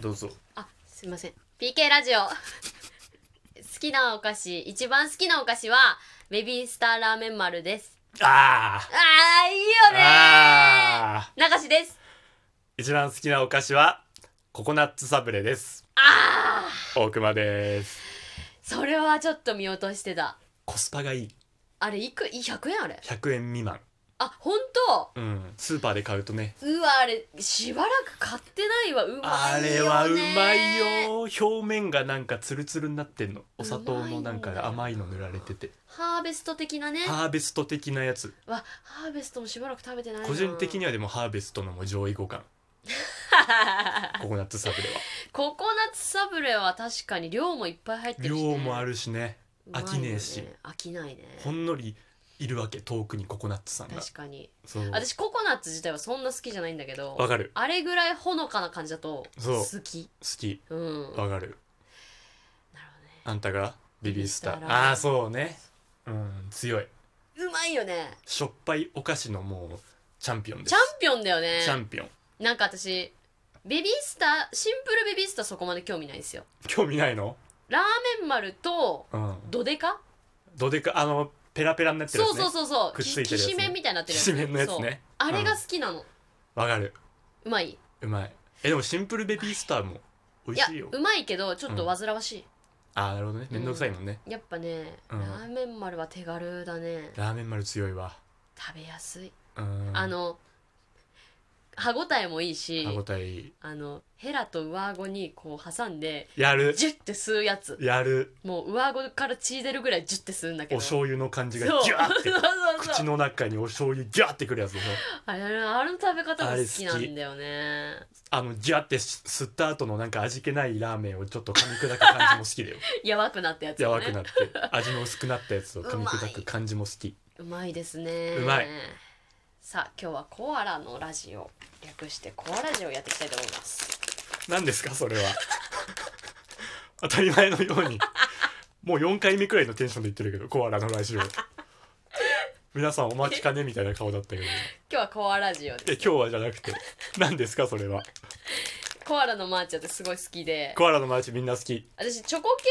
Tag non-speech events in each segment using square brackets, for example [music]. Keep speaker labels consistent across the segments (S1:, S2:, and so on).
S1: どうぞ
S2: あすいません PK ラジオ [laughs] 好きなお菓子一番好きなお菓子はベビースターラーメン丸です
S1: あ
S2: あーいいよ
S1: ー
S2: ね
S1: あ
S2: ー流しです
S1: ー一番好きなお菓子はココナッツサブレです
S2: あー
S1: 大熊です
S2: それはちょっと見落としてた
S1: コスパがいい
S2: あれいくい100円あれ
S1: 100円未満
S2: あ本
S1: うんスーパーで買うとね
S2: 当うわあれしばらく買ってないわうま
S1: あ
S2: いよね
S1: れはうまいよ表面がなんかツルツルになってんのお砂糖のなん
S2: うまいのだ
S1: か
S2: よ
S1: 甘いの塗られてて
S2: ハーベスト的なね
S1: ハーベスト的なやつ
S2: わハーベストもしばらく食べてないな
S1: 個人的に
S2: は
S1: はでもハーベストのも上位互換ココナッツサブレ
S2: [laughs]
S1: は
S2: [laughs] ココナッツサブレは確かに量もいっぱい入ってるし、ね、
S1: 量もあるしね
S2: うまいよ
S1: 飽きねえし
S2: 飽きないね
S1: ほんのりいるわけ遠くにココナッツさんが
S2: 確かに
S1: そう
S2: 私ココナッツ自体はそんな好きじゃないんだけど
S1: わかる
S2: あれぐらいほのかな感じだと
S1: そう
S2: 好き
S1: 好き
S2: うんなるほど
S1: わかる
S2: ね
S1: あんたがビビースタ
S2: ビ
S1: ー
S2: ビスターラーメン
S1: ああーそうねうん強いう
S2: まいよね
S1: しょっぱいお菓子のもうチャンピオンです
S2: チャンピオンだよね
S1: チャンピオン
S2: なんか私ベビースターシンプルベビースターそこまで興味ないんですよ
S1: 興味ないの
S2: ラーメン丸と
S1: うん
S2: どでか
S1: どでかあのペラペラになってるや
S2: そう
S1: つね
S2: そうそうそう
S1: くっついてるやつね
S2: ききしめんみたいになってる
S1: きしめんのやつね
S2: そうあれが好きなの、
S1: わかる
S2: うまいう
S1: まいえでもシンプルベビースターも美
S2: い
S1: 味
S2: や
S1: しいよ
S2: うまいけどちょっと煩わしい、
S1: ああなるほどね面倒くさいもんね、
S2: やっぱね、
S1: うん
S2: ラーメン丸は手軽だね
S1: ラーメン丸強いわ
S2: 食べやすい、
S1: うん
S2: あの歯ごたえもいいし
S1: 歯応えいい
S2: あのヘラと上顎にこう挟んで
S1: やる
S2: ジュッて吸うやつ
S1: やる
S2: もう上顎から血出るぐらいジュッて吸うんだけ
S1: お
S2: ど
S1: 醤油の感じが
S2: そう
S1: ギ
S2: そう
S1: ャーって
S2: そうそ
S1: 口
S2: う
S1: の中にお醤油ギャーってくるやつでしょ
S2: あれあの食べ方も
S1: あれ
S2: 好
S1: 好き
S2: きなんだよね
S1: あのギャーって吸った後のなんか味気ないラーメンをちょっと噛み砕く感じも好きだ
S2: [laughs]
S1: よ
S2: やばくなったやつ、ね、
S1: やわくなって味の薄くなったやつを噛み砕く感じも好き
S2: うまいですね
S1: うまい
S2: さあ今日はコアラのラジオ略してコアラジオをやっていきたいと思います
S1: 何ですかそ
S2: [laughs]
S1: れは当たり前のようにもう4回目くらいのテンションで言ってるけどコアラのラジオ皆さんお待ちかねみたいな顔だったけど
S2: 今日はコアラジオです
S1: え今日はじゃなくて何ですかそれは
S2: コアラのマーチだってすごい好きで
S1: コアラのマーチみんな好き
S2: 私チョコ系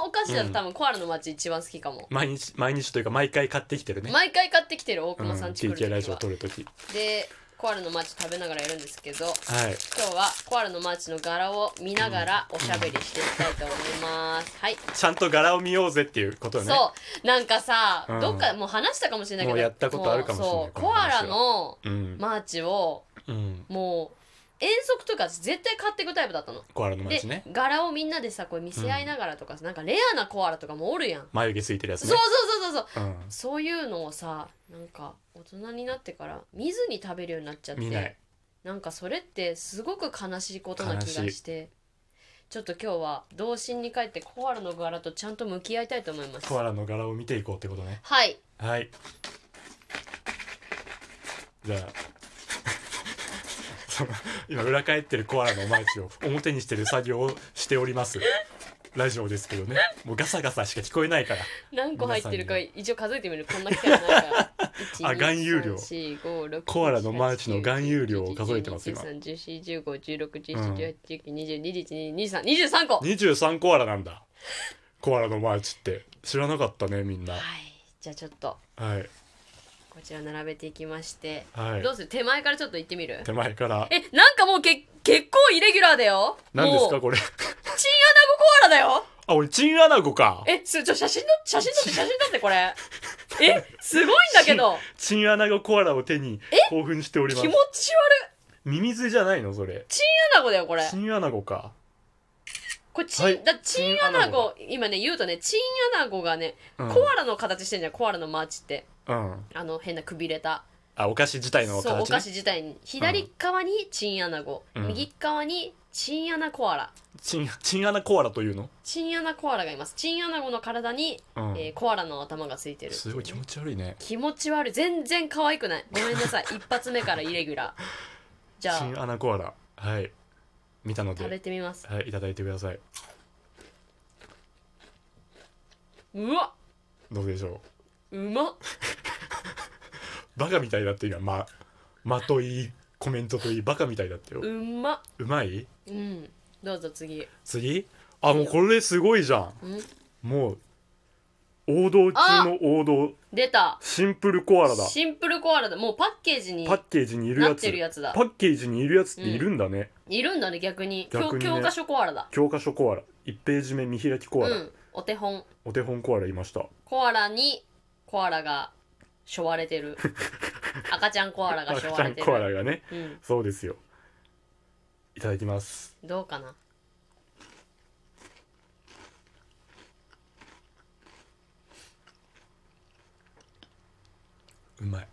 S2: のお菓子だと多分コアラのマーチ一番好きかも、
S1: 毎日毎日というか毎回買ってきてるね
S2: 毎回買ってきてる大
S1: うん、
S2: 熊さんち来る時
S1: TK ラジオ
S2: は、
S1: 撮るとき
S2: でコアラのマーチ食べながらやるんですけど
S1: はい
S2: 今日はコアラのマーチの柄を見ながらおしゃべりしていきたいと思います、はい
S1: ちゃんと柄を見ようぜっていうことね
S2: そうなんかさ、
S1: うん
S2: どっかもう話したかもしれないけど
S1: もうやったことあるかもしれない
S2: もうそう
S1: この
S2: コア
S1: 話は
S2: ラの
S1: うん、
S2: マーチを
S1: うん、
S2: もう遠足とか絶対買っていくタイプだったの。
S1: コアラのマー
S2: で、
S1: チね
S2: 柄をみんなでさこれ見せ合いながらとかさ、なんかレアなコアラとかもおるやん。
S1: 眉毛ついてるやつ
S2: そ
S1: ね
S2: うそうそうそうそう
S1: う、ん、
S2: そういうのをさなんか大人になってから見ずに食べるようになっちゃって
S1: 見ない
S2: なんかそれってすごく悲しいことな気
S1: 悲
S2: が
S1: しい
S2: してちょっと今日は童心に帰ってコアラの柄とちゃんと向き合いたいと思います
S1: コアラの柄を見ていこうってことね
S2: はい
S1: はいじゃあ [laughs] その今裏返ってるコアラのマーチを表にしてる作業をしておりますラジオですけどねもうガサガサしか聞こえないから
S2: 何個入ってるか
S1: 皆
S2: 一応数えてみるこんな機会ないから
S1: あ含有量コアラのマーチの含有量を数えてます今
S2: 14141516117181920212223個はい
S1: 23コアラなんだコアラのマーチって知らなかったねみんな
S2: じゃあちょっと
S1: はい
S2: こちら並べていきまして、
S1: はい
S2: どうする手前からちょっと行ってみる
S1: 手前から
S2: えなんかもうけ結構イレギュラーだよ
S1: 何です
S2: も
S1: か
S2: う
S1: これ
S2: チンアナゴコアラだよ
S1: あ俺チンアナゴか
S2: えすちょ写真撮写真撮って写真撮ってこれえすごいんだけど
S1: チンアナゴコアラを手に興奮しておりま
S2: 気
S1: す
S2: 持ち悪い
S1: ミミズじゃないのそれ
S2: チンアナゴだよこれ
S1: チンアナゴか
S2: これチン、
S1: はい
S2: だチンア
S1: チ
S2: ナ
S1: ンアナ
S2: ゴ今ね言うとねチンアナゴがね、
S1: うん
S2: コアラの形してんじゃんコアラのマーチって
S1: うん
S2: あの変なくびれた、
S1: あお菓子自体の
S2: そうお
S1: 形ね
S2: 菓子自体に左側にチンアナゴ、
S1: うん
S2: 右側にチンアナコアラ
S1: チンチンアナコアラというの
S2: チンアナコアラがいますチンアナゴの体に、
S1: うん
S2: えーコアラの頭がついてる
S1: すごい気持ち悪いね
S2: 気持ち悪い全然可愛くないごめんなさい [laughs] 一発目からイレギュラーじゃ
S1: チ
S2: あ
S1: ンアナコアラはい見たの
S2: 食べ
S1: で
S2: てみます
S1: はいいただいてくださいう
S2: わ
S1: どうでしょ
S2: うま
S1: う
S2: っ
S1: バカみたいだっていうのはままといいコメントといいバカみたいだってよ
S2: うまっ
S1: うまい
S2: うんどうぞ次
S1: 次あもうこれすごいじゃん
S2: うん
S1: もう王道中の王道
S2: 出た
S1: シンプルコアラだ
S2: シンプルコアラだもうパッケージに
S1: パッケージにいる
S2: な
S1: や
S2: っ
S1: つ
S2: てるやつだ
S1: パッケージにいるやつっているんだね、
S2: いるんだね逆に
S1: 逆にね
S2: 教教科書コアラだ
S1: 教科書コアラ1ページ目見開きコアラ、
S2: うんお手本
S1: お手本コアラいました
S2: コアラにコアラがしょわ
S1: [laughs]
S2: れてる赤ちゃんコアラがしょわ
S1: 赤
S2: れ
S1: ち
S2: て
S1: ゃん
S2: る
S1: コアラがね
S2: うん
S1: そうですよいただきます
S2: どうかな
S1: うまい、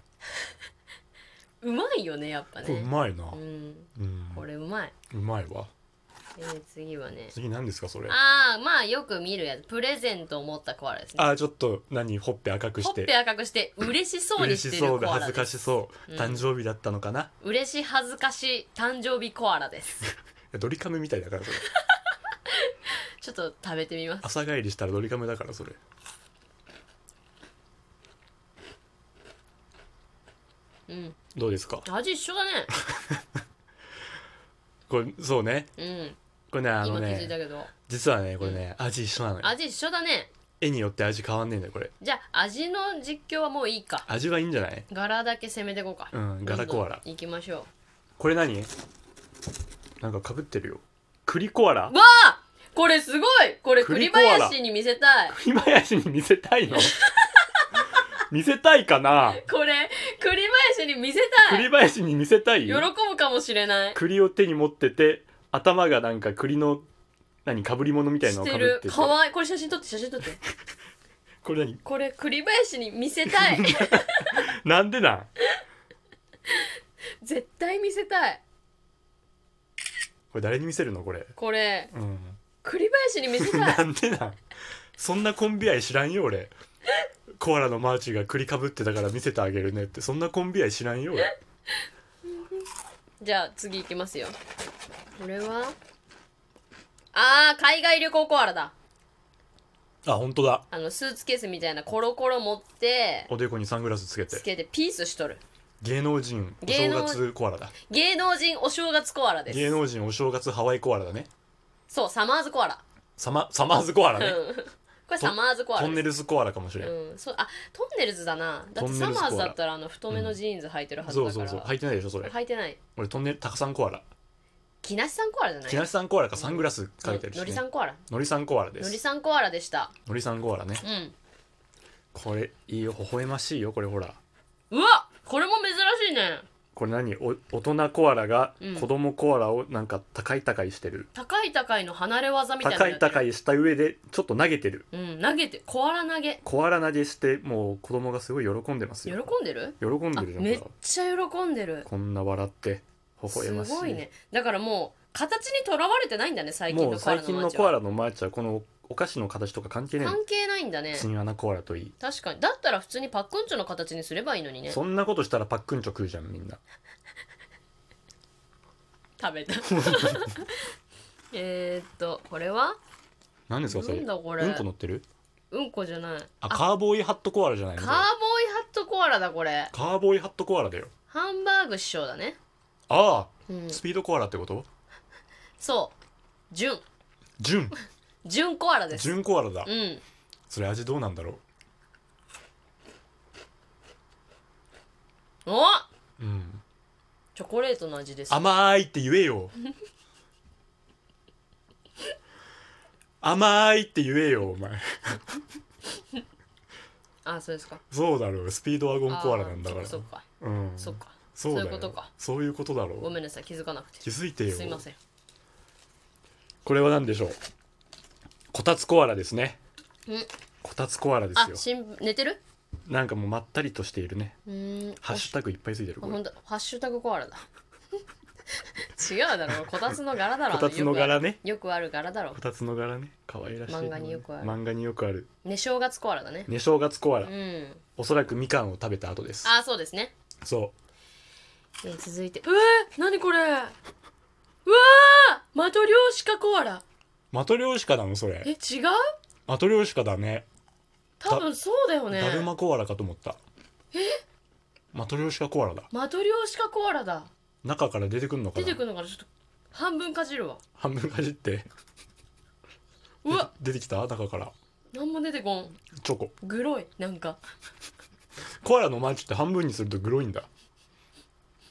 S2: うまいよねやっぱ
S1: これう
S2: ね
S1: まいな
S2: うん
S1: うん
S2: これうまい、
S1: うまいわ
S2: えー次はね
S1: 次何ですかそれ
S2: ああまあよく見るやつプレゼントを持ったコアラですね
S1: あーちょっと何ほっぺ赤く
S2: ほ
S1: し
S2: っぺ
S1: て
S2: 赤くして嬉しそうにし
S1: 嬉
S2: て
S1: し
S2: る
S1: そう
S2: コ
S1: で
S2: ア
S1: 恥
S2: ラ
S1: ず
S2: で
S1: か
S2: す
S1: しそう、
S2: うん
S1: 誕生日だったのかな
S2: 嬉し恥ずかし誕生日コアラです
S1: ドリカムみたいだからそれ
S2: ちょっと食べてみます
S1: 朝帰りしたらドリカムだからそれ
S2: うん
S1: どうですか
S2: 味一緒だね
S1: これそうね
S2: うん
S1: これねあの
S2: 今気づい
S1: ね
S2: たけど
S1: 実はねこれね、味一緒なのよ
S2: 味一緒だね
S1: 絵によって味変わんねえんだよこれ
S2: じゃあ味の実況はもういいか
S1: 味はいいんじゃない
S2: 柄だけ攻めていこうか
S1: うん柄コアラ
S2: 行きましょ
S1: これ何なんかかぶってるよ栗コアラ
S2: うわあこれすごいこれ栗
S1: 栗コアラ
S2: 林に見せたい
S1: 栗林に見せた
S2: [laughs]
S1: いの見せたいかな
S2: これ栗林に見せたい
S1: 栗林に見せたい
S2: 喜ぶかもしれない
S1: 栗を手に持ってて頭がなんか栗の何かぶり物みたいなの
S2: し
S1: をか
S2: て
S1: ぶっ
S2: る
S1: てて
S2: かわいいこれ写真撮って写真撮って
S1: これ何
S2: これ栗林に見
S1: [laughs]
S2: せたい
S1: なんでなん
S2: 絶対見せたい
S1: これ誰に見せるのこれ
S2: これ [laughs]
S1: うん
S2: 栗林に見
S1: [laughs]
S2: せたい
S1: なんでなんそんなコンビ愛知らんよ俺コアラのマーチが栗かぶってたから見せてあげるねってそんなコンビ愛知らんよ俺
S2: じゃあ次行きますよこれはあー海外旅行コアラだ
S1: あ本当だ
S2: あのスーツケースみたいなコロコロ持って
S1: おでこにサングラスつけて
S2: つけてピースしとる
S1: 芸能人お
S2: 芸
S1: 正
S2: 能
S1: 月コアラだ
S2: 芸能人お正月コアラです
S1: 芸能人お正月ハワイコアラだね
S2: そうサマーズコアラ、
S1: サマサマーズコアラ
S2: う
S1: ね
S2: んこれサマーズコアラ
S1: トンネルズコアラかもしれん、
S2: うん、そうあトンネルズだなだって
S1: トンネ
S2: サ
S1: ルズコアラ
S2: マーズだったらあの太めのジーンズ履いてるはずだ
S1: そ
S2: か
S1: う
S2: ら、
S1: そうそう履いてないでしょそれ
S2: 履いてない
S1: 俺トンネルたくさんコアラ
S2: 木梨さんコアラじゃない
S1: 木梨さんコアラかサングラスかけてるし、
S2: の
S1: ね、
S2: りさんコアラ
S1: のりさんコアラで
S2: のり
S1: す
S2: さんコアラでした
S1: のりさんコアラね
S2: うん
S1: これいいよ微笑ましいよこれほら
S2: うわこれも珍しいね
S1: これ何お大人コアラが
S2: うん
S1: 子供コアラをなんか高い高いしてる、
S2: 高い高いの離れ技みたいな
S1: 高い高
S2: い
S1: いした上でちょっと投げてる
S2: うん投げてコアラ投げ
S1: コアラ投げしてもう子供がすごい喜んでます
S2: 喜
S1: よ
S2: んでる
S1: 喜ん
S2: あ
S1: でるじゃん
S2: めっ
S1: ほら
S2: ちゃ喜んでる
S1: こんな笑って微
S2: す
S1: 笑ましい
S2: ごいねだからもう形にとらわれてないんだね最近
S1: もう
S2: のコア
S1: 最
S2: ラの
S1: 近
S2: マー
S1: の
S2: チ
S1: コア
S2: は
S1: ラのマーチはこのお菓子の形とか関係ない
S2: 関係ないんだね
S1: チンアナコアラといい、
S2: 確かにだったら普通にパックンチョの形にすればいいのにね
S1: そんなことしたらパックンチョ食うじゃんみんな
S2: 食
S1: [laughs]
S2: べた [laughs] えーっとこれは
S1: 何ですかそれ
S2: なんだこれ
S1: うんこ乗ってる
S2: うんこじゃない
S1: あ
S2: あ
S1: カーボーイハットコアラじゃないの
S2: カーボーイ
S1: これ
S2: ハットコアラだこれ
S1: カーボーイハットコアラだよ
S2: ハンバーグ師匠だね
S1: ああ
S2: うん
S1: スピードコアラってこと
S2: そうジュン
S1: ジュン
S2: ジュンコアラです
S1: ジュンコアラだ
S2: うん
S1: それ味どうなんだろ
S2: お
S1: ううん
S2: チョコレートの味です
S1: 甘いって言え
S2: [laughs]
S1: よ甘いって言えよお前
S2: あそうですか
S1: そうだろうスピードワゴンコアラなんだか
S2: あ
S1: ら
S2: ーそっか
S1: うん
S2: そっか
S1: そうだ
S2: そういうこと
S1: よ
S2: か
S1: そういうことだろ
S2: ご
S1: う
S2: めんなさい気づかなく
S1: 気
S2: て
S1: づいてよ
S2: すいません
S1: これは何でしょうこたつコアラですね
S2: うん
S1: こたつコアラで
S2: あ
S1: すよ
S2: しん寝てる
S1: なんかもうまったりとしているね
S2: うーん
S1: ハッシュタグいっぱいついてる
S2: あ
S1: こ
S2: ほ
S1: れ
S2: んとハッシュタグコアラだ [laughs] 違うだろこたつの柄だろ
S1: こたつの柄ね
S2: よくある柄だろ
S1: こたつの柄ね可愛らしい
S2: 漫画によくある
S1: 漫画によくある
S2: ね正月コアラだね
S1: ね正月コア
S2: う
S1: ラ
S2: ん
S1: おそらくみかんを食べた後です
S2: あそうですね、
S1: そ
S2: えー続いてうえー、何これうわーマトリョーシカコアラ
S1: うマトリョーシカだもんそ
S2: え
S1: れ
S2: 違う
S1: マトリョーシカだね
S2: 多分そうだよね
S1: ダルマコアラかと思ったマトリョーシカコアラだ
S2: マトリョーシカコアラだ
S1: 中から出てくるのか
S2: 出
S1: な
S2: てくるのからちょっと半分かじるわ
S1: 半分かじって
S2: うわ
S1: 出てきた中から
S2: なんも出てこん
S1: チョコ
S2: グロいなんか
S1: コアラのマーチって半分にするとグロいんだ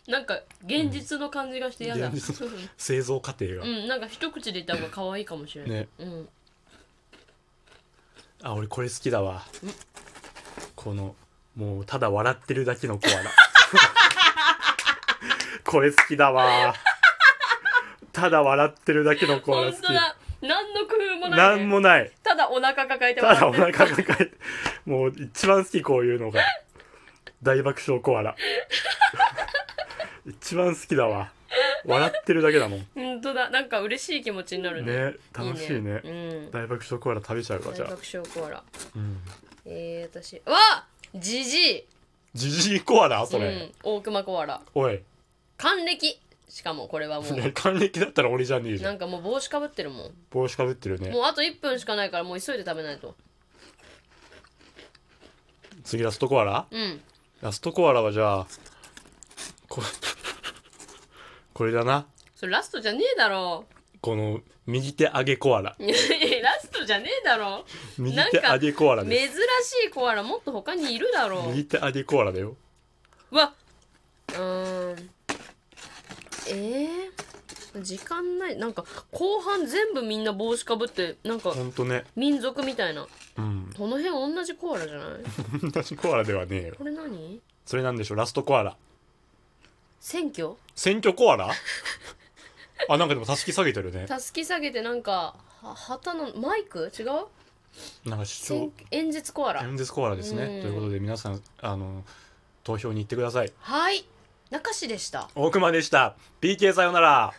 S2: なんか現実の感じがして嫌だ、
S1: うん現実製造過程が、
S2: うんなんか一口でいった方が可愛いかもしれない、
S1: ね
S2: うん
S1: あ俺これ好きだわこのもうただ笑ってるだけのコア
S2: [laughs]
S1: ラこれ好きだわただ笑ってるだけのコアラ
S2: 本
S1: 好き
S2: 当だ何の工夫もない、ね、
S1: なんもない
S2: ただお腹抱えて
S1: ただお
S2: ってる
S1: 腹抱えてもう一番好きこういうのが大爆笑コアラ一番好きだわ笑ってるだけだ
S2: [laughs]
S1: もん
S2: 本当だなんか嬉しい気持ちになるね
S1: ね楽しいね
S2: うん
S1: 大爆笑コアラ食べちゃうわじ
S2: 大
S1: ゃあ
S2: 爆笑コアラ
S1: うん
S2: えー、私うわジジイ
S1: ジジイコアラそれ、
S2: うん、大熊コアラ
S1: おい
S2: 還暦しかもこれはもう
S1: ね還暦だったら俺じゃねえじゃ
S2: なんんかもう帽子かぶってるもん
S1: 帽子かぶってるね
S2: もうあと1分しかないからもう急いで食べないと
S1: 次ラストコアラ
S2: うん
S1: ラストコアラはじゃあこ [laughs] これだな
S2: それラストじゃねえだろ [laughs]
S1: この右手上げコアラ
S2: いやラストじゃねえだろ
S1: 右
S2: なん
S1: 手
S2: か
S1: 上げコアラ
S2: 珍
S1: です
S2: しいコアラもっと他にいるだろ
S1: 右手上げコアラだよ
S2: うわうーんえー、時間ないなんか後半全部みんな帽子かぶってなんか
S1: ほんとね
S2: 民族みたいな
S1: うん
S2: この辺同じコアラじゃない
S1: 同じコアラではねえよ
S2: これ何
S1: それなんでしょうラストコアラ
S2: 選挙
S1: 選挙コア
S2: [laughs]
S1: ラあなんかでもたすき下げてるね
S2: たすき下げてなんかは旗のマイク違う
S1: なんか主張
S2: 演説コアラ
S1: 演説コアラですね
S2: うん
S1: ということで皆さんあの投票に行ってください
S2: はい中志でした
S1: 大熊でした PK さようなら